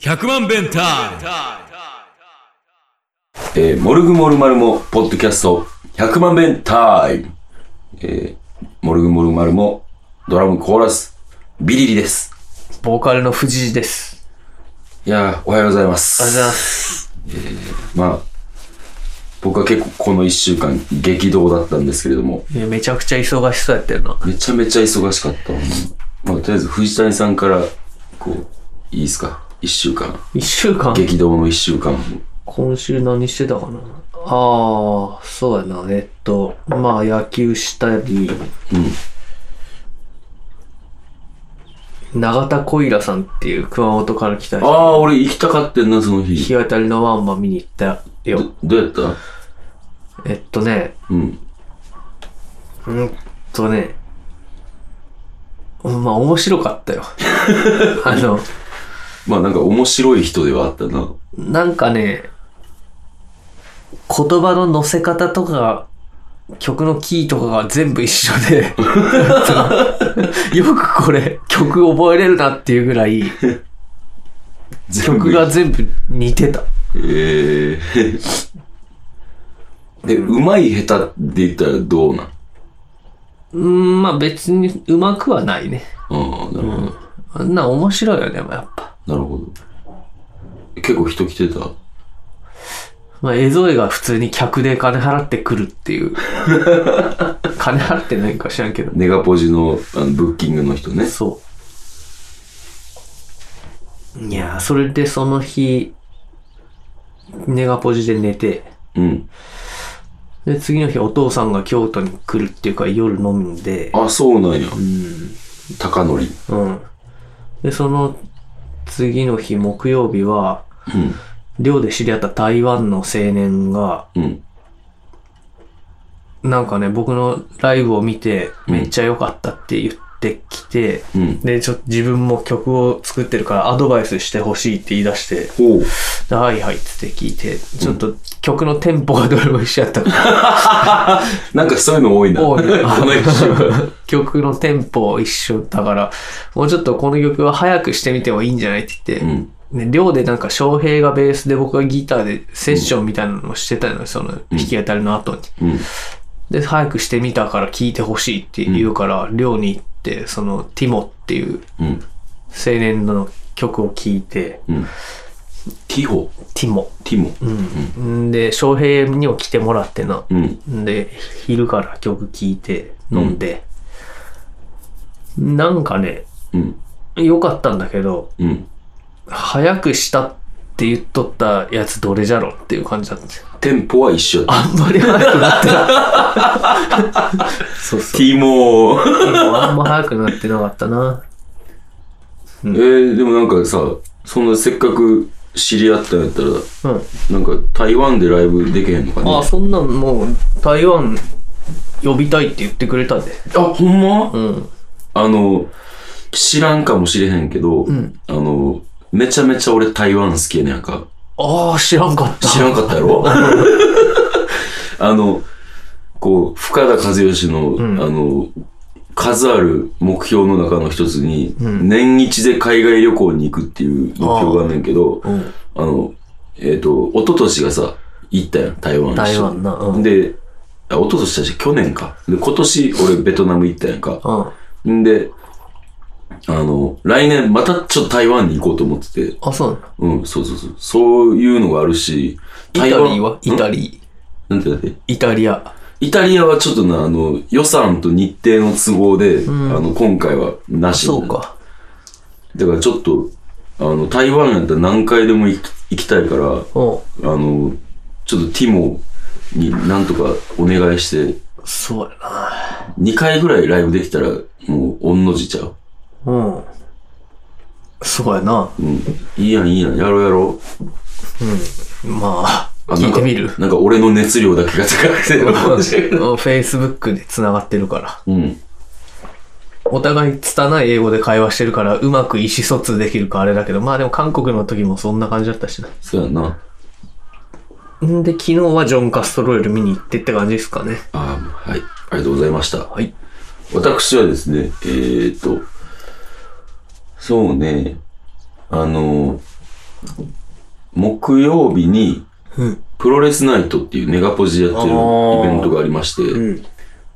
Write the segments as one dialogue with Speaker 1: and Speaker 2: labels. Speaker 1: 100万弁タ
Speaker 2: えーモルグモルマルモ、ポッドキャスト、100万遍タイム。えーモルグモルマルモ、ドラムコーラス、ビリリです。
Speaker 3: ボーカルの藤井です。
Speaker 2: いやー、おはようございます。
Speaker 3: ありがとうございます。
Speaker 2: まあ、僕は結構この一週間激動だったんですけれども、
Speaker 3: いやめちゃくちゃ忙しそうやってるな。
Speaker 2: めちゃめちゃ忙しかった。ほんままあ、とりあえず藤谷さんから、こう、いいですか一週間。
Speaker 3: 一週間
Speaker 2: 激動の一週間。
Speaker 3: 今週何してたかなああ、そうやな。えっと、まあ野球したり、永田小平さんっていう熊本から来た
Speaker 2: あ
Speaker 3: 人、
Speaker 2: あ、俺行きたかってんな、その日。
Speaker 3: 日当たりのワンマン見に行ったよ
Speaker 2: ど。どうやった
Speaker 3: えっとね、
Speaker 2: うん。
Speaker 3: うんとね、まあ面白か ったよ。あの、
Speaker 2: まあなんか面白い人ではあったな。
Speaker 3: なんかね、言葉の乗せ方とか、曲のキーとかが全部一緒で、 よくこれ、曲覚えれるなっていうぐらい、
Speaker 2: 全
Speaker 3: 曲が全部似てた。
Speaker 2: ええで、うまい下手で言ったらどうなん
Speaker 3: うん、まあ別にうまくはないね。
Speaker 2: ああ、なるほど、
Speaker 3: あんな面白いよね、やっぱ。
Speaker 2: なるほど。結構人来てた
Speaker 3: まあ、江添が普通に客で金払ってくるっていう。 金払ってないんか知らんけど。
Speaker 2: ネガポジのあのブッキングの人ね。
Speaker 3: そう。いやー、それでその日、ネガポジで寝て、
Speaker 2: うん。
Speaker 3: で、次の日お父さんが京都に来るっていうから夜飲んで、
Speaker 2: あ、そうなんや。高典。
Speaker 3: うん。で、その次の日木曜日は、寮で知り合った台湾の青年が、
Speaker 2: うん。
Speaker 3: なんかね、僕のライブを見て、めっちゃ良かったって言ってきて、
Speaker 2: うん
Speaker 3: で、ちょっと自分も曲を作ってるからアドバイスしてほしいって言い出して、
Speaker 2: ほう。
Speaker 3: ではいはいっつって聞いて、ちょっと曲のテンポがどれも一緒や ったから、
Speaker 2: なんかそういうの多いな。
Speaker 3: 多いね
Speaker 2: この一週間。
Speaker 3: 曲のテンポ一緒だから、もうちょっとこの曲は早くしてみてもいいんじゃないって言って、
Speaker 2: うん。
Speaker 3: ね、寮でなんか翔平がベースで僕がギターでセッションみたいなのをしてたのよ、その弾き語りの後に。
Speaker 2: うん。
Speaker 3: で、早くしてみたから聴いてほしいって言うから、寮に行って、そのティモっていう
Speaker 2: うん。
Speaker 3: 青年の曲を聴いて、
Speaker 2: うん。ティホ。
Speaker 3: ティモ。
Speaker 2: ティモ。
Speaker 3: んで、翔平にも来てもらってな。
Speaker 2: うん。
Speaker 3: で、昼から曲聴いて、飲んで、なんかね、
Speaker 2: うん。
Speaker 3: 良かったんだけど、
Speaker 2: うん。
Speaker 3: 早くしたって言っとったやつどれじゃろっていう感じだった。
Speaker 2: テンポは一緒やった。
Speaker 3: あんまり早くなってない。そうそ
Speaker 2: ティモー。
Speaker 3: う。あんま早くなってなかったな。
Speaker 2: えー、でもなんかさ、そんなせっかく知り合ったんやったら、
Speaker 3: うん。
Speaker 2: なんか台湾でライブできへんのかね
Speaker 3: ああ、そんなんもう、台湾呼びたいって言ってくれたで。
Speaker 2: あほんま、
Speaker 3: うん。
Speaker 2: あの、知らんかもしれへんけど、
Speaker 3: ん
Speaker 2: あの、めちゃめちゃ俺台湾好きやねんか。
Speaker 3: ああ、知らんかった。
Speaker 2: 知らんかったや ろあの、こう、深田和義の、あの、数ある目標の中の一つに、年一で海外旅行に行くっていう目標があんねんけど、あ,、
Speaker 3: うん
Speaker 2: の、えっ、と、一昨年がさ、行ったやん、台湾一緒に
Speaker 3: 台湾な。うん。
Speaker 2: で、あ一昨年だし、去年か。で、今年俺ベトナム行ったやんか。
Speaker 3: うん。
Speaker 2: んで、あの、来年またちょっと台湾に行こうと思ってて。
Speaker 3: あ、そうな
Speaker 2: うん、そうそうそう。そういうのがあるし、
Speaker 3: の
Speaker 2: 台
Speaker 3: イタリ
Speaker 2: 湾
Speaker 3: ーはイタリ
Speaker 2: んなんてだって
Speaker 3: ー。イタリア。
Speaker 2: イタリアはちょっとな、あの、予算と日程の都合で、あの、今回はなし。
Speaker 3: そう。か。
Speaker 2: だからちょっと、あの、台湾やったら何回でも行き行きたいから、
Speaker 3: うん。
Speaker 2: あの、ちょっとティモになんとかお願いして、
Speaker 3: そうやな。
Speaker 2: 2回ぐらいライブできたら、もう、おんの字ちゃう。
Speaker 3: うん。そうやな。
Speaker 2: うん。いいやん、いいやん、やろうやろ
Speaker 3: まあ、
Speaker 2: う。あ
Speaker 3: 聞いてみる
Speaker 2: なんか、なんか俺の熱量だけが高 くて。
Speaker 3: うん、Facebook で繋がってるから。
Speaker 2: うん。
Speaker 3: お互い拙い英語で会話してるから、うまく意思疎通できるかあれだけど、まあでも韓国の時もそんな感じだったしな。
Speaker 2: そうやんな。
Speaker 3: んで、昨日はジョン・カストロイル見に行ってって感じですかね。
Speaker 2: あーはい。ありがとうございました。
Speaker 3: はい。
Speaker 2: 私はですね、えー、っと、そうね、あの、木曜日に、プロレスナイトっていうネガポジでやってる
Speaker 3: あ
Speaker 2: イ
Speaker 3: ー
Speaker 2: ベントがありまして、
Speaker 3: うん。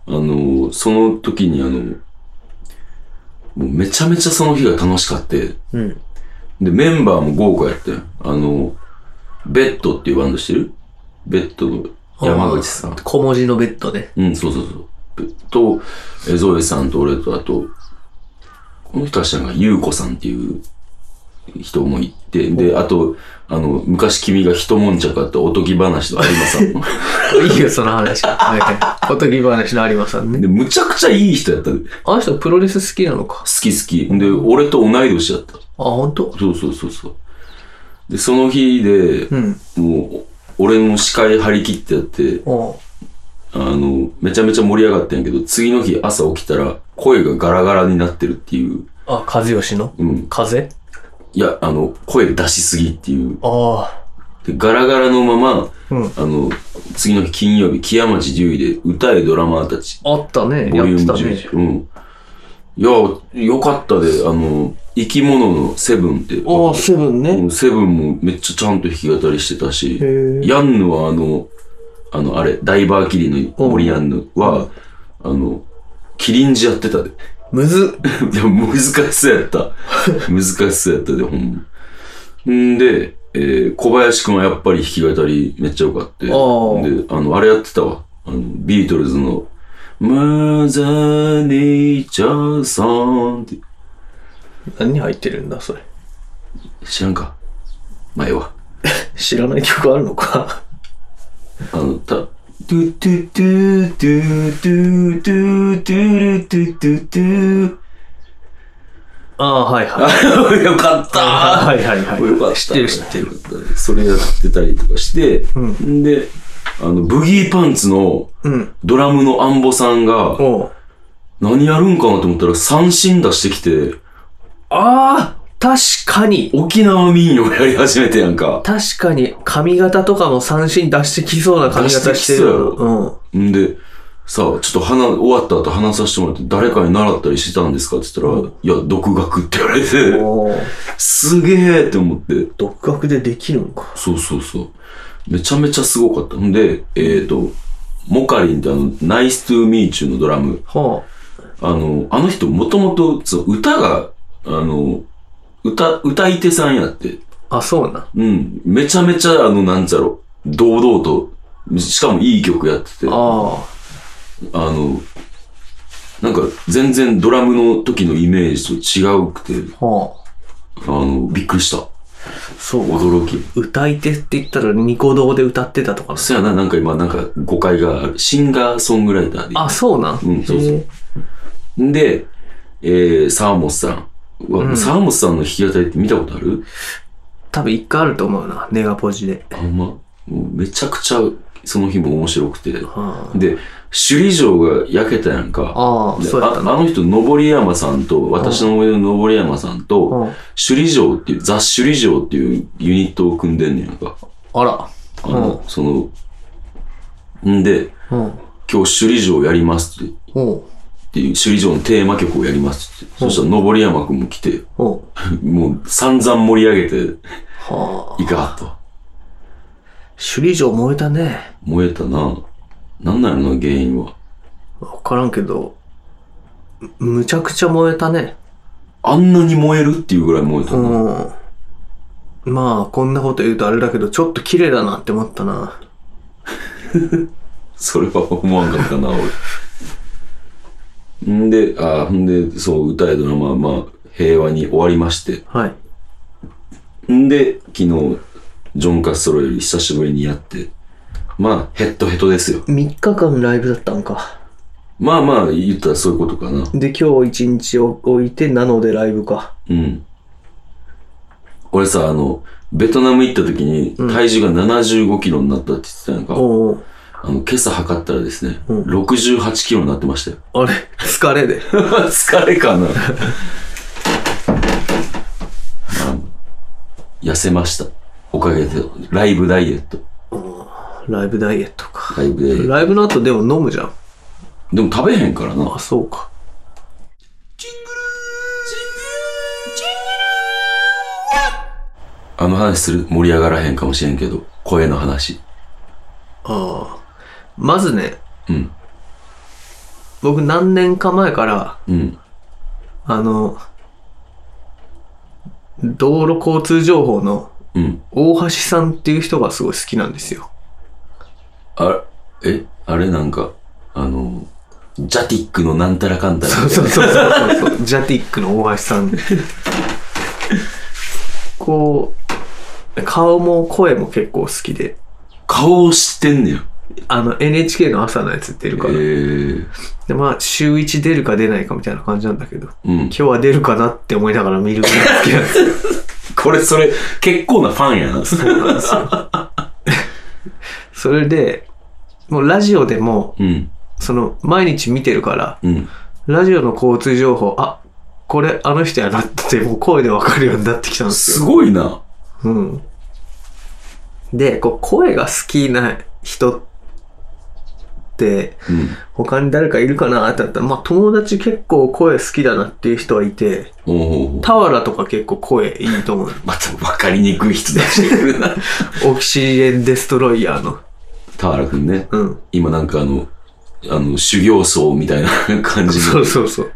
Speaker 2: あの、その時にあの、もうめちゃめちゃその日が楽しかって、
Speaker 3: うん。
Speaker 2: で、メンバーも豪華やってんあの、ベッドっていうバンドしてるベッドの山口さん。
Speaker 3: 小文字のベッドで。
Speaker 2: うん、そうそうそう。ベッドと、えゾエさんと俺と、あと、この人は知らんか、ゆうこさんっていう人もいて、で、あと、あの、昔君が一悶着あったおとぎ話の有馬さんも。
Speaker 3: いいよ、その話。はいはい。おとぎ話の有馬さんね。
Speaker 2: で、むちゃくちゃいい人やったで。好
Speaker 3: あの人プロレス好きなのか。
Speaker 2: き好き。で、俺と同い年やった。
Speaker 3: あ、ほんと
Speaker 2: そうそうそうそう。で、その日で、
Speaker 3: うん。
Speaker 2: もう、俺も司会張り切ってやって、
Speaker 3: おう
Speaker 2: あの、めちゃめちゃ盛り上がったんやけど、次の日朝起きたら、声がガラガラになってるっていう。
Speaker 3: あ、和義の
Speaker 2: うん。
Speaker 3: 風
Speaker 2: いや、あの、声出しすぎっていう。
Speaker 3: あ
Speaker 2: で、ガラガラのまま、
Speaker 3: あ。うん。
Speaker 2: あの、次の日金曜日、木山地竜衣で、歌えドラマーたち、
Speaker 3: あったね。
Speaker 2: ボ
Speaker 3: や
Speaker 2: リュ
Speaker 3: っ
Speaker 2: ー
Speaker 3: て
Speaker 2: ム
Speaker 3: た
Speaker 2: 10
Speaker 3: ね。
Speaker 2: うん。いや、よかったで、あの、生き物のセブンって、
Speaker 3: ああ、セブン
Speaker 2: う
Speaker 3: ね。
Speaker 2: んセブンもめっちゃちゃんと弾き語りしてたし、
Speaker 3: へえ。
Speaker 2: ヤンヌはあの、あの、あれ、ダイバーキリンの森ヤンヌは、あの、キリンジやってたで。
Speaker 3: むずっ。
Speaker 2: でも難しそうやった。難しそうやったで、ほんま。んで、えー小林くんはやっぱり弾き語りめっちゃ良かって。で、あ
Speaker 3: ー
Speaker 2: の、あれやってたわ。あの、ビートルズの、マザーネイチャーさんって、
Speaker 3: 何入ってるんだ、それ。
Speaker 2: 知らんか前は。
Speaker 3: 知らない曲あるのか。
Speaker 2: あの、た、トゥトゥトゥトゥトゥトゥトゥルトゥトゥトゥ
Speaker 3: あ あ、はいはい。
Speaker 2: よかった
Speaker 3: はいはいはい。
Speaker 2: よかった。
Speaker 3: 知ってる知ってる。
Speaker 2: る。それやってたりとかして、ん、で、あの、ブギーパンツの
Speaker 3: うん。
Speaker 2: ドラムのアンボさんが、
Speaker 3: おう
Speaker 2: 何やるんかなと思ったら三振出してきて、
Speaker 3: ああ確かに
Speaker 2: 沖縄民謡やり始めてやんか。
Speaker 3: 確かに、髪型とかも三振出してきそうな髪型してるよ。
Speaker 2: 出してきんで、さあ、ちょっと話、終わった後話させてもらって、誰かに習ったりしてたんですかって言ったら、いや、独学って言われ
Speaker 3: うん。
Speaker 2: て、
Speaker 3: おー
Speaker 2: すげえって思って。
Speaker 3: 独学でできるのか。
Speaker 2: そうそうそう。めちゃめちゃすごかった。んで、えっ、と、モカリンってあの、ナイストゥーミーチューのドラム。
Speaker 3: は
Speaker 2: あの、あの人もともと、そう歌が、あの、歌、歌い手さんやって。
Speaker 3: あ。あ、そうな。
Speaker 2: うん。めちゃめちゃ、あの、なんちゃろ、堂々と、しかもいい曲やってて、あ
Speaker 3: あ
Speaker 2: の、なんか、全然ドラムの時のイメージと違うくて、
Speaker 3: あ。は
Speaker 2: あの、びっくりした。
Speaker 3: あ。そう。
Speaker 2: 驚き。
Speaker 3: 歌い手って言ったらニコ動で歌ってたとかな
Speaker 2: そやな、なんか今、なんか誤解がある。シンガーソングライターで。
Speaker 3: あ、そうなん。
Speaker 2: うんそうそう
Speaker 3: へえ
Speaker 2: で、えー、沢本さん。うわ沢本さんの弾き語りって見たことある
Speaker 3: 多分一回あると思うな。ネガポジで。
Speaker 2: あんま、もうめちゃくちゃその日も面白くて。
Speaker 3: はあ。
Speaker 2: で、首里城が焼けたやんか。
Speaker 3: ああ、
Speaker 2: で
Speaker 3: そうや
Speaker 2: あ
Speaker 3: った
Speaker 2: あ
Speaker 3: な。
Speaker 2: の人、登山さんと、私の上の登山さん
Speaker 3: う
Speaker 2: と、
Speaker 3: ん。
Speaker 2: 首里城っていう、ザ・首里城っていうユニットを組んでんねやんか。
Speaker 3: あら。
Speaker 2: あの、その、んで、
Speaker 3: うん。
Speaker 2: 今日首里城やりますって
Speaker 3: おう。
Speaker 2: っていう、首里城のテーマ曲をやりますって。そしたら登山くんも来て、
Speaker 3: おう。
Speaker 2: もう散々盛り上げて、
Speaker 3: はあ。
Speaker 2: いかと。
Speaker 3: 首里城燃えたね。
Speaker 2: 燃えたな。なんなんやろな、原因は。
Speaker 3: わからんけど、むむちゃくちゃ燃えたね。
Speaker 2: あんなに燃えるっていうぐらい燃えた
Speaker 3: う
Speaker 2: な。
Speaker 3: ん。まあ、こんなこと言うとあれだけど、ちょっと綺麗だなって思ったな。
Speaker 2: それは思わんかったな、俺。んで、あほんで、そう、歌えドラマ、まあ、平和に終わりまして。
Speaker 3: はい。
Speaker 2: んで、昨日、ジョン・カストロより久しぶりにやって。まあ、ヘッドヘッドですよ。
Speaker 3: 3日間ライブだったんか。
Speaker 2: まあまあ、言ったらそういうことかな。
Speaker 3: で、今日1日を置いて、なのでライブか。
Speaker 2: うん。俺さ、あの、ベトナム行った時に、体重が75キロになったって言ってたやんか。
Speaker 3: おう
Speaker 2: あの、今朝測ったらですね、
Speaker 3: うん
Speaker 2: 68キロになってましたよ。
Speaker 3: おう。あれ、疲れで。
Speaker 2: 疲れかな、まあ痩せました。おかげで、ライブダイエット。
Speaker 3: ライブダイエットか。
Speaker 2: ライブダイエット。
Speaker 3: ライブの後でも飲むじゃん。
Speaker 2: でも食べへんからな。
Speaker 3: あ、そうか。
Speaker 2: あの話する盛り上がらへんかもしれんけど、声の話。
Speaker 3: ああ。まずね、
Speaker 2: うん。
Speaker 3: 僕何年か前から、
Speaker 2: うん。
Speaker 3: あの、道路交通情報の
Speaker 2: うん。
Speaker 3: 大橋さんっていう人がすごい好きなんですよ。
Speaker 2: あれ、えあれなんか、あの、ジャティックのなんたらかんたら。
Speaker 3: そうそうそうそうそう。 ジャティックの大橋さん。こう、顔も声も結構好きで、
Speaker 2: 顔を知ってんねん。
Speaker 3: あの NHK の朝のやつ出る
Speaker 2: え
Speaker 3: から、
Speaker 2: ー、
Speaker 3: でまあ週1出るか出ないかみたいな感じなんだけど、
Speaker 2: うん。
Speaker 3: 今日は出るかなって思いながら見るぐらい好きなんですよ。
Speaker 2: これ、それ、結構なファンやな。
Speaker 3: そうなんですよ。それで、もうラジオでも、
Speaker 2: うん。
Speaker 3: その毎日見てるから、
Speaker 2: うん。
Speaker 3: ラジオの交通情報、あ、これあの人やなってもう声でわかるようになってきたんですよ
Speaker 2: す。ごいな。
Speaker 3: うん。で、こう、声が好きな人って、
Speaker 2: うん。
Speaker 3: 他に誰かいるかなってなったら、まあ、友達結構声好きだなっていう人はいて、
Speaker 2: おお。
Speaker 3: 俵とか結構声いい と思う。
Speaker 2: また分かりにくい人出してくる な。
Speaker 3: オキシエンデストロイヤーの。
Speaker 2: 田原くんね。
Speaker 3: うん。
Speaker 2: 今なんかあの、あの、修行僧みたいな感じ
Speaker 3: そ
Speaker 2: の
Speaker 3: う。そうそう。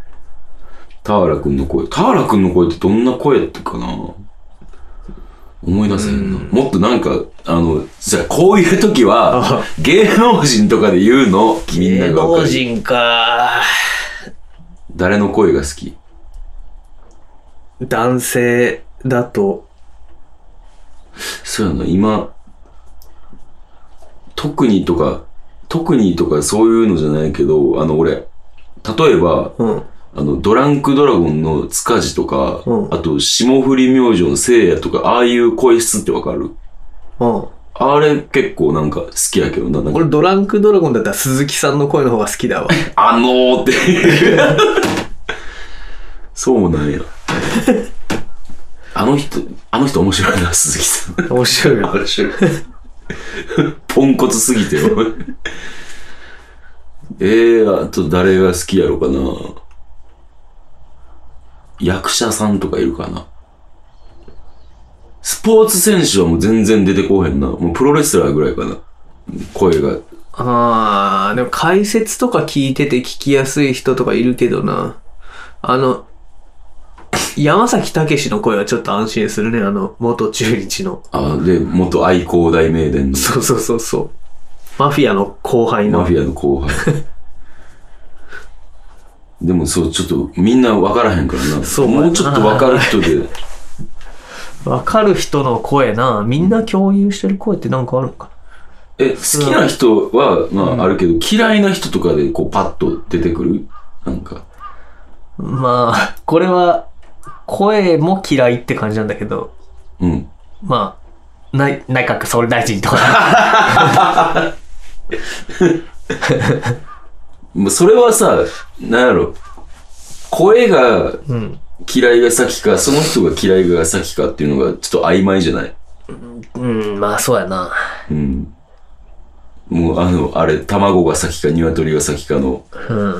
Speaker 2: 田原くんの声。田原くんの声ってどんな声ってかな思い出せへんな。もっとなんか、あの、じゃあこういう時 は
Speaker 3: あ、
Speaker 2: 芸能人とかで言うの。みんながわかる。
Speaker 3: 人か。
Speaker 2: 誰の声が好き
Speaker 3: 男性だと、
Speaker 2: そうやな、今、特にとか、特にとかそういうのじゃないけど、あの、俺、例えば、
Speaker 3: うん。
Speaker 2: あの、ドランクドラゴンの塚地とか、
Speaker 3: うん
Speaker 2: あと、霜降り明星の聖夜とか、ああいう声質ってわかる
Speaker 3: うん。
Speaker 2: あれ結構なんか好きやけどな、なんか、
Speaker 3: 俺、ドランクドラゴンだったら鈴木さんの声の方が好きだわ。
Speaker 2: あのーって。そうなん や。あの人、あの人面白いな、鈴木さん。
Speaker 3: 面白いよ。
Speaker 2: 面白い。ポンコツすぎてよ。 えー、あと誰が好きやろかな。役者さんとかいるかな。スポーツ選手はもう全然出てこうへんな。もうプロレスラーぐらいかな。声が。
Speaker 3: ああ、でも解説とか聞いてて聞きやすい人とかいるけどな。あの、山崎武の声はちょっと安心するね。あの、元中日の。
Speaker 2: あ、で、元愛工大名電の
Speaker 3: そうそうそうそう。マフィアの後輩
Speaker 2: マ
Speaker 3: の。
Speaker 2: フィアの後輩。でもそう、ちょっとみんな分からへんからな。
Speaker 3: そう
Speaker 2: もうちょっと分かる人で。
Speaker 3: わかる人の声な。みんな共有してる声ってなんかあるのか
Speaker 2: え、好きな人は、まああるけど、嫌いな人とかで、こう、パッと出てくるなんか。
Speaker 3: なまあ、これは、声も嫌いって感じなんだけど、
Speaker 2: うん。
Speaker 3: まあ、内内閣総理大臣とか。
Speaker 2: まあ、それはさ、なんやろ。声が
Speaker 3: うん。
Speaker 2: 嫌いが先か、その人が嫌いが先かっていうのが、ちょっと曖昧じゃない
Speaker 3: うん、まあそうやな。
Speaker 2: うん。もう、あの、あれ、卵が先か、鶏が先かの。
Speaker 3: うん。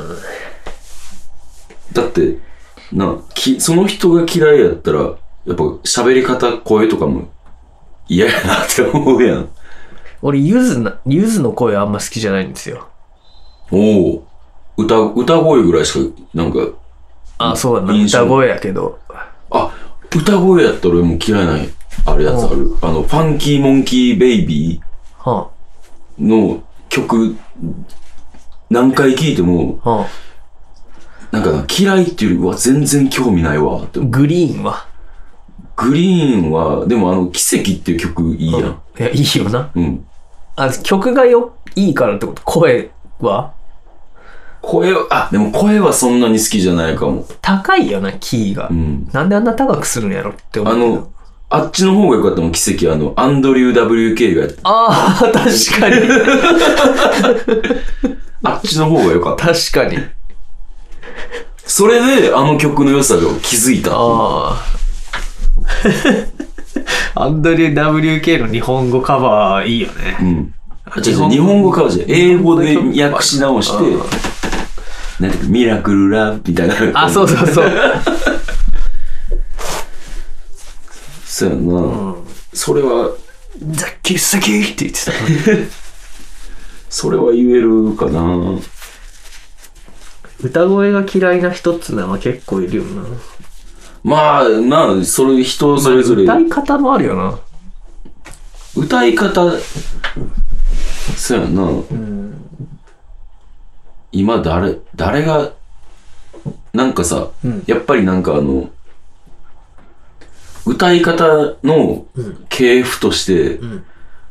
Speaker 2: だって、な、き、その人が嫌いやったら、やっぱ喋り方、声とかも嫌やなって思うやん。
Speaker 3: 俺、ゆずな、ゆずの声あんま好きじゃないんですよ。
Speaker 2: おお歌、歌声ぐらいしか、なんか、
Speaker 3: あ、そうだな。
Speaker 2: 印象
Speaker 3: 歌声やけど。
Speaker 2: あ、歌声やったら俺もう嫌いない。あれやつある。あの、ファンキーモンキーベイビ
Speaker 3: は
Speaker 2: ーの曲、何回聴いても、
Speaker 3: あ、はあ、
Speaker 2: なんかな嫌いっていうより、うわ、全然興味ないわって思う。
Speaker 3: グリーンは。
Speaker 2: グリーンは、でもあの、奇跡っていう曲いいやん。
Speaker 3: いや、いいよな。
Speaker 2: うん。
Speaker 3: あ、曲がよ、いいからってこと声は
Speaker 2: 声は、あ、でも声はそんなに好きじゃないかも。
Speaker 3: 高いよな、キーが
Speaker 2: う。ん。
Speaker 3: なんであんな高くするんやろって思
Speaker 2: あ
Speaker 3: うけど。
Speaker 2: の、あっちの方が良かったもん、奇跡。あの、アンドリュー WK がやって、
Speaker 3: ああ、確かに。
Speaker 2: あっちの方が良かった。
Speaker 3: 確かに。
Speaker 2: それで、あの曲の良さを気づいた。
Speaker 3: ああ。アンドリュー WK の日本語カバーいいよね。
Speaker 2: うん。あ、違う違う、日本語かもしれない。英語で訳し直して、なんていうか、ミラクルラブみたいな。
Speaker 3: あ、そうそうそう。
Speaker 2: そうやな。
Speaker 3: うん
Speaker 2: それは、
Speaker 3: ザッキーサキーって言ってた。
Speaker 2: それは言えるかな。
Speaker 3: 歌声が嫌いな人っつうのは結構いるよな。
Speaker 2: まあ、なあ、それ人それぞれ、
Speaker 3: 歌い方もあるよな。
Speaker 2: 歌い方、そうやな。今誰、誰が、なんかさ、
Speaker 3: うん
Speaker 2: やっぱりなんかあの、歌い方の系譜として、
Speaker 3: ん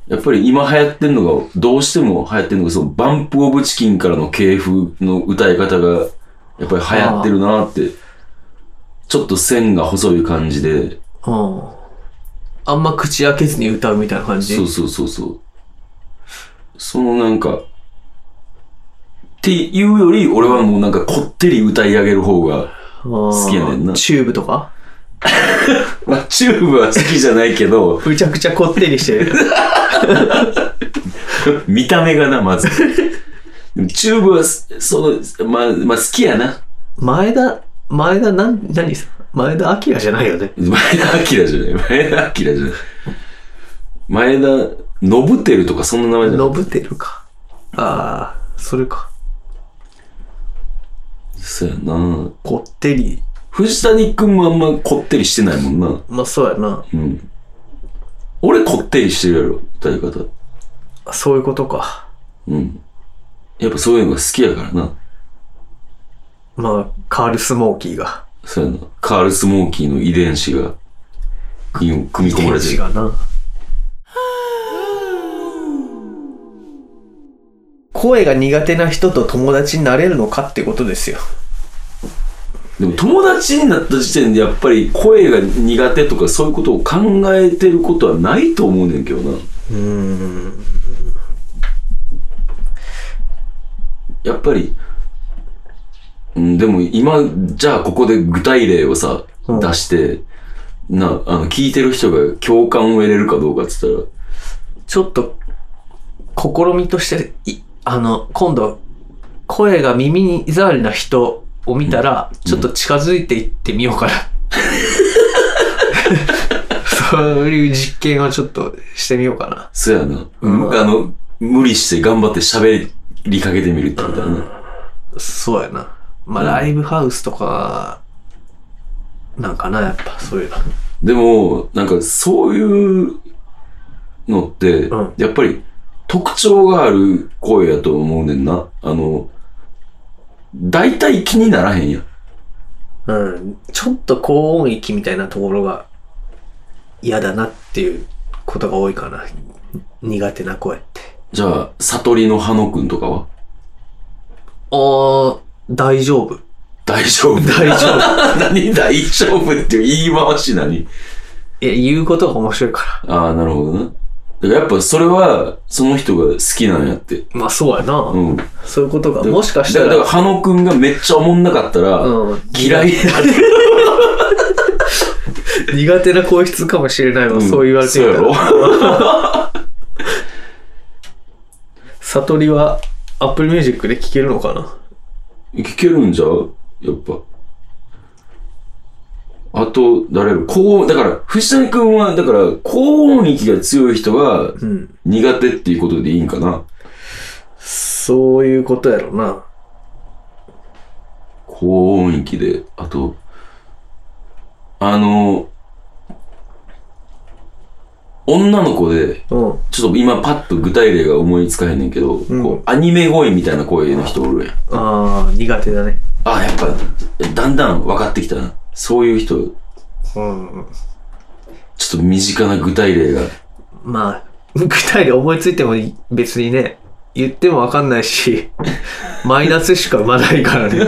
Speaker 2: やっぱり今流行ってんのが、どうしても流行ってんのが、そのバンプオブチキンからの系譜の歌い方が、やっぱり流行ってるなって、ちょっと線が細い感じで、
Speaker 3: うん。あんま口開けずに歌うみたいな感じ。
Speaker 2: そうそうそうそう。そのなんか、っていうより、俺はもうなんかこってり歌い上げる方が、
Speaker 3: 好
Speaker 2: きやねんな
Speaker 3: チューブとか
Speaker 2: まあ、チューブは好きじゃないけど、
Speaker 3: むちゃくちゃこってりしてる。
Speaker 2: 見た目がな、まず。でもチューブはす、その、まあ、まあ、好きやな。
Speaker 3: 前田、前田なん、何さ前田明じゃないよね。
Speaker 2: 前田明じゃない。前田明じゃない。前田信輝とかそんな名前じゃない。
Speaker 3: ノブテルか。ああ、それか。
Speaker 2: そうやな。
Speaker 3: こってり。
Speaker 2: 藤谷くんもあんまこってりしてないもんな。
Speaker 3: まあそうやな。
Speaker 2: うん。俺こってりしてるやろ、歌い方。
Speaker 3: そういうことか。
Speaker 2: うん。やっぱそういうのが好きやからな。
Speaker 3: まあ、カール・スモーキーが。
Speaker 2: そういうの。カール・スモーキーの遺伝子が、組み込まれて
Speaker 3: 天使
Speaker 2: る。
Speaker 3: がな。声が苦手な人と友達になれるのかってことですよ。
Speaker 2: でも友達になった時点でやっぱり声が苦手とかそういうことを考えてることはないと思うねんけどな。
Speaker 3: うん。
Speaker 2: やっぱり、うん、でも今、じゃあここで具体例をさ、
Speaker 3: うん
Speaker 2: 出して、な、あの、聞いてる人が共感を得れるかどうかって言ったら、
Speaker 3: ちょっと、試みとして、いあの、今度、声が耳に障りな人を見たら、ちょっと近づいていってみようかな。 そういう実験をちょっとしてみようかな。
Speaker 2: そうやな、
Speaker 3: うん
Speaker 2: あの、無理して頑張って喋りかけてみるってことだな。
Speaker 3: そうやな。まあ、ライブハウスとか、なんかな、やっぱ、そういうの。
Speaker 2: でも、なんかそういうのって、
Speaker 3: うん
Speaker 2: やっぱり特徴がある声やと思うねんな。あの、大体気にならへんやん。
Speaker 3: うん。ちょっと高音域みたいなところが嫌だなっていうことが多いかな。苦手な声って。
Speaker 2: じゃあ、悟りの葉野くんとかは
Speaker 3: あー、大丈夫。
Speaker 2: 大丈夫。
Speaker 3: 大丈 夫。
Speaker 2: 何大丈夫っていう言い回し何
Speaker 3: いや、言うことが面白いか
Speaker 2: ああ、なるほどな。だからやっぱそれは、その人が好きなんやって。
Speaker 3: ら。まあ、そうやな。
Speaker 2: うん。
Speaker 3: そういうことが、もしかした
Speaker 2: だ
Speaker 3: ら、
Speaker 2: から、だから葉野くんがめっちゃおもんなかったら、
Speaker 3: うん、
Speaker 2: 嫌いになる。
Speaker 3: 苦手な声質かもしれないわ、そう言われてみた
Speaker 2: そうや
Speaker 3: ら。
Speaker 2: ろ
Speaker 3: 悟りは、アップルミュージックで聴けるのかな
Speaker 2: 聞けるんじゃうやっぱ。あと、誰やろ高音、だから、藤谷くんは、だから、高音域が強い人が
Speaker 3: うん。
Speaker 2: 苦手っていうことでいいんかな。
Speaker 3: そういうことやろな。
Speaker 2: 高音域で、あと、あの、女の子で、
Speaker 3: うん。
Speaker 2: ちょっと今パッと具体例が思いつかへんねんけど、
Speaker 3: ん
Speaker 2: こうアニメ声みたいな声の人おるやん。
Speaker 3: ああ、苦手だね。
Speaker 2: あ、やっぱ、だんだん分かってきたな。そういう人、
Speaker 3: うん。
Speaker 2: ちょっと身近な具体例が。
Speaker 3: まあ、具体で思いついても別にね、言ってもわかんないし、マイナスしか生まないからね。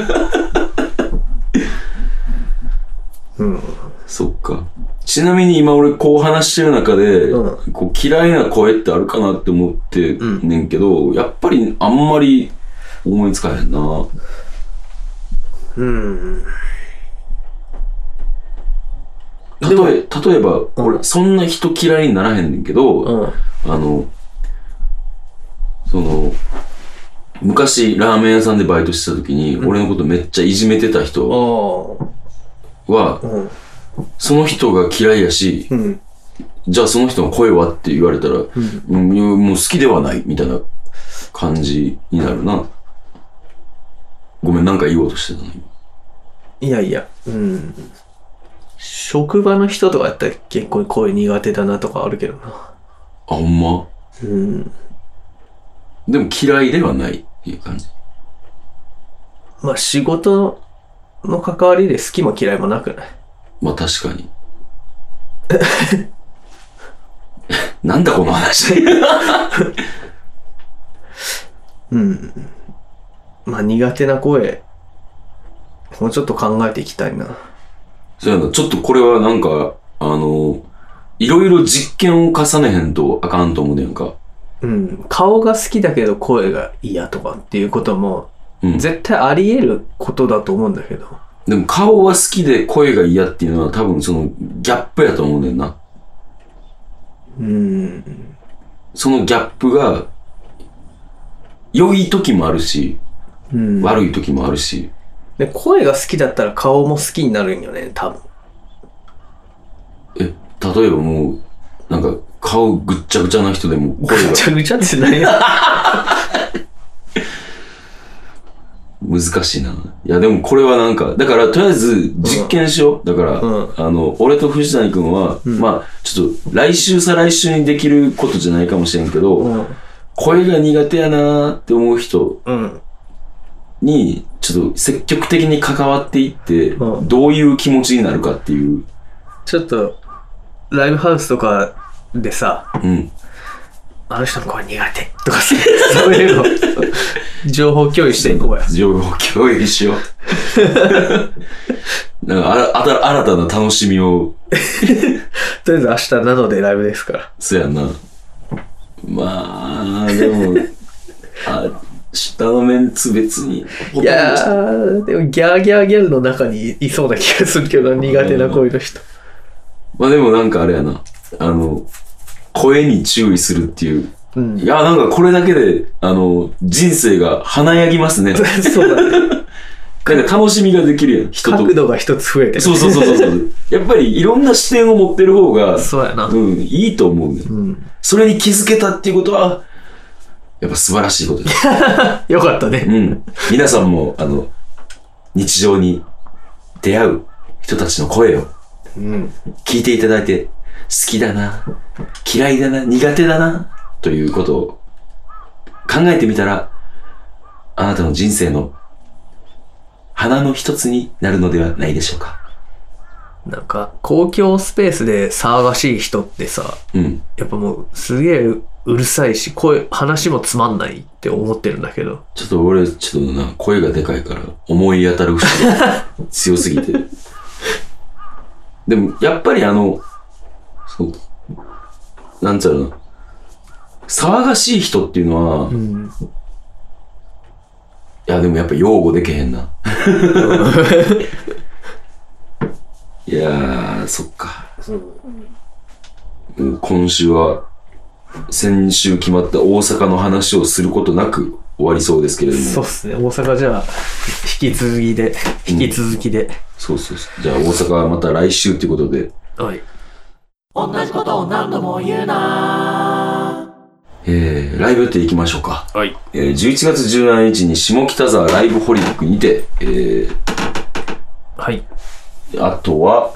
Speaker 3: うん。
Speaker 2: そっか。ちなみに今俺こう話してる中で、
Speaker 3: う
Speaker 2: こう嫌いな声ってあるかなって思ってんねんけど、やっぱりあんまり思いつかへんな。
Speaker 3: うん。
Speaker 2: 例え例えば、俺そんな人嫌いにならへんねんけど、
Speaker 3: うん。
Speaker 2: あの、その、昔ラーメン屋さんでバイトしてた時に、俺のことめっちゃいじめてた人
Speaker 3: あ
Speaker 2: は、
Speaker 3: あ。うん。
Speaker 2: その人が嫌いやし、
Speaker 3: うん。
Speaker 2: じゃあその人の声はって言われたら、うんいやもう好きではないみたいな感じになるな。ごめん、なんか言おうとしてたの今
Speaker 3: いやいや、うん。職場の人とかやったら結構声苦手だなとかあるけどな。
Speaker 2: あ、ほんま
Speaker 3: うん。
Speaker 2: でも嫌いではないっていう感じ。
Speaker 3: まあ仕事の関わりで好きも嫌いもなくない
Speaker 2: まあ確かに。 なんだこの話。
Speaker 3: うん。まあ苦手な声、もうちょっと考えていきたいな。
Speaker 2: そうやな、ちょっとこれはなんか、あの、いろいろ実験を重ねへんとあかんと思うねんか。
Speaker 3: うん。顔が好きだけど声が嫌とかっていうことも、
Speaker 2: うん
Speaker 3: 絶対あり得ることだと思うんだけど。
Speaker 2: でも顔は好きで声が嫌っていうのは多分そのギャップやと思うねんな。
Speaker 3: うん。
Speaker 2: そのギャップが、良い時もあるし、
Speaker 3: うん。
Speaker 2: 悪い時もあるし、
Speaker 3: で、声が好きだったら顔も好きになるんよね、多分。
Speaker 2: え、例えばもう、なんか顔ぐっちゃぐちゃな人でも声が
Speaker 3: ぐちゃぐちゃっ てないや。
Speaker 2: 難しい な。いや、でもこれはなんか、だからとりあえず実験しよう。だから、
Speaker 3: うん
Speaker 2: あの、俺と藤谷君は、まあ、ちょっと来週再来週にできることじゃないかもしれんけど、
Speaker 3: うん。
Speaker 2: 声が苦手やなーって思う人
Speaker 3: うん。
Speaker 2: に、ちょっと積極的に関わっていって、
Speaker 3: うん
Speaker 2: どういう気持ちになるかっていう。
Speaker 3: ちょっと、ライブハウスとかでさ、
Speaker 2: うん。
Speaker 3: あの人の声苦手とかさ、そういうの、 情報共有していこうや。
Speaker 2: 情報共有しよ う。なんかあらあた新たな楽しみを、
Speaker 3: とりあえず明日なのでライブですから。
Speaker 2: そやな。まあ、でも、あ下のメンツ別に。
Speaker 3: いやー、でもギャーギャーギャルの中にいそうな気がするけどな、苦手な声 の人。
Speaker 2: まあでもなんかあれやな。あの、声に注意するっていう。
Speaker 3: うん
Speaker 2: いや、なんかこれだけで、あの、人生が華やぎます ね。
Speaker 3: そうだね。
Speaker 2: なんか楽しみができるやん、人と
Speaker 3: 角。度が一つ増えてる
Speaker 2: そうそうそうそう そう。やっぱりいろんな視点を持ってる方が、
Speaker 3: そうやな。
Speaker 2: うん、いいと思うね。
Speaker 3: うん。
Speaker 2: それに気づけたっていうことは、やっぱ素晴らしいこと です。
Speaker 3: よかったね。
Speaker 2: うん。皆さんも、あの、日常に出会う人たちの声を
Speaker 3: うん。
Speaker 2: 聞いていただいて、好きだな、嫌いだな、苦手だな、ということを考えてみたら、あなたの人生の花の一つになるのではないでしょうか。
Speaker 3: なんか、公共スペースで騒がしい人ってさ、
Speaker 2: うん。
Speaker 3: やっぱもうすげえうるさいし、声、話もつまんないって思ってるんだけど。
Speaker 2: ちょっと俺、ちょっとな、声がでかいから、思い当たる節が強すぎて。でも、やっぱりあの、そう、なんちゃうな、騒がしい人っていうのは、い
Speaker 3: ん。
Speaker 2: や、でもやっぱ擁護できへんな。いやー、そっか。もう今週は、先週決まった大阪の話をすることなく終わりそうですけれども。
Speaker 3: そうっすね。大阪じゃあ、引き続きで、引き続きで。
Speaker 2: そうそうそう。じゃあ大阪はまた来週ということで。
Speaker 3: はい。
Speaker 2: えー、ライブ予定行きましょうか。
Speaker 1: はい。
Speaker 2: えー、11月17日に下北沢ライブホリックにて、え
Speaker 3: はい。
Speaker 2: ー、あとは、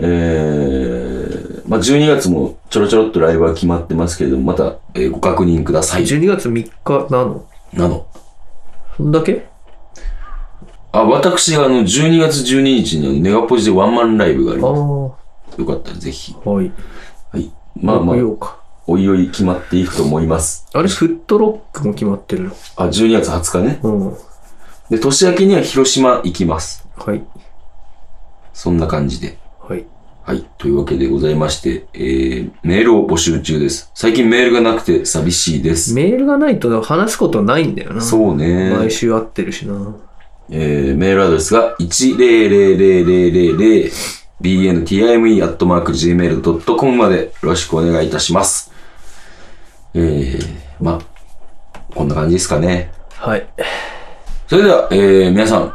Speaker 2: えー、まあ、12月もちょろちょろっとライブは決まってますけれども、また、えーご確認ください。
Speaker 3: 12月3日なの
Speaker 2: なの。
Speaker 3: そんだけ
Speaker 2: あ、私があの、12月12日にあのネガポジでワンマンライブがあり
Speaker 3: ああ
Speaker 2: ま、す。よかったらぜひ。
Speaker 3: はい。
Speaker 2: はい。まあまあ
Speaker 3: 木、曜か。
Speaker 2: おいおい決まっていくと思います。
Speaker 3: あれ、フットロックも決まってるの。
Speaker 2: あ、12月20日ね。
Speaker 3: うん。は
Speaker 2: で、年明けには広島行きます。
Speaker 3: い。
Speaker 2: そんな感じで。
Speaker 3: はい。
Speaker 2: はい。というわけでございまして、えー、メールを募集中です。最近メールがなくて寂しいです。
Speaker 3: メールがないと話すことないんだよな。
Speaker 2: そうね
Speaker 3: 毎。週会ってるしな。
Speaker 2: えー、メールアドレスが 1000000bntime.gmail.com までよろしくお願いいたします。えー、まあ、こんな感じですかね。
Speaker 3: はい。
Speaker 2: それでは、えー、皆さん、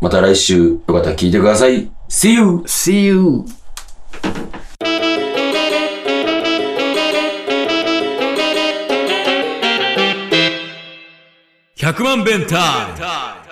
Speaker 2: また来週よかったら聞いてください。See you!
Speaker 3: See you!
Speaker 1: 100万弁タイム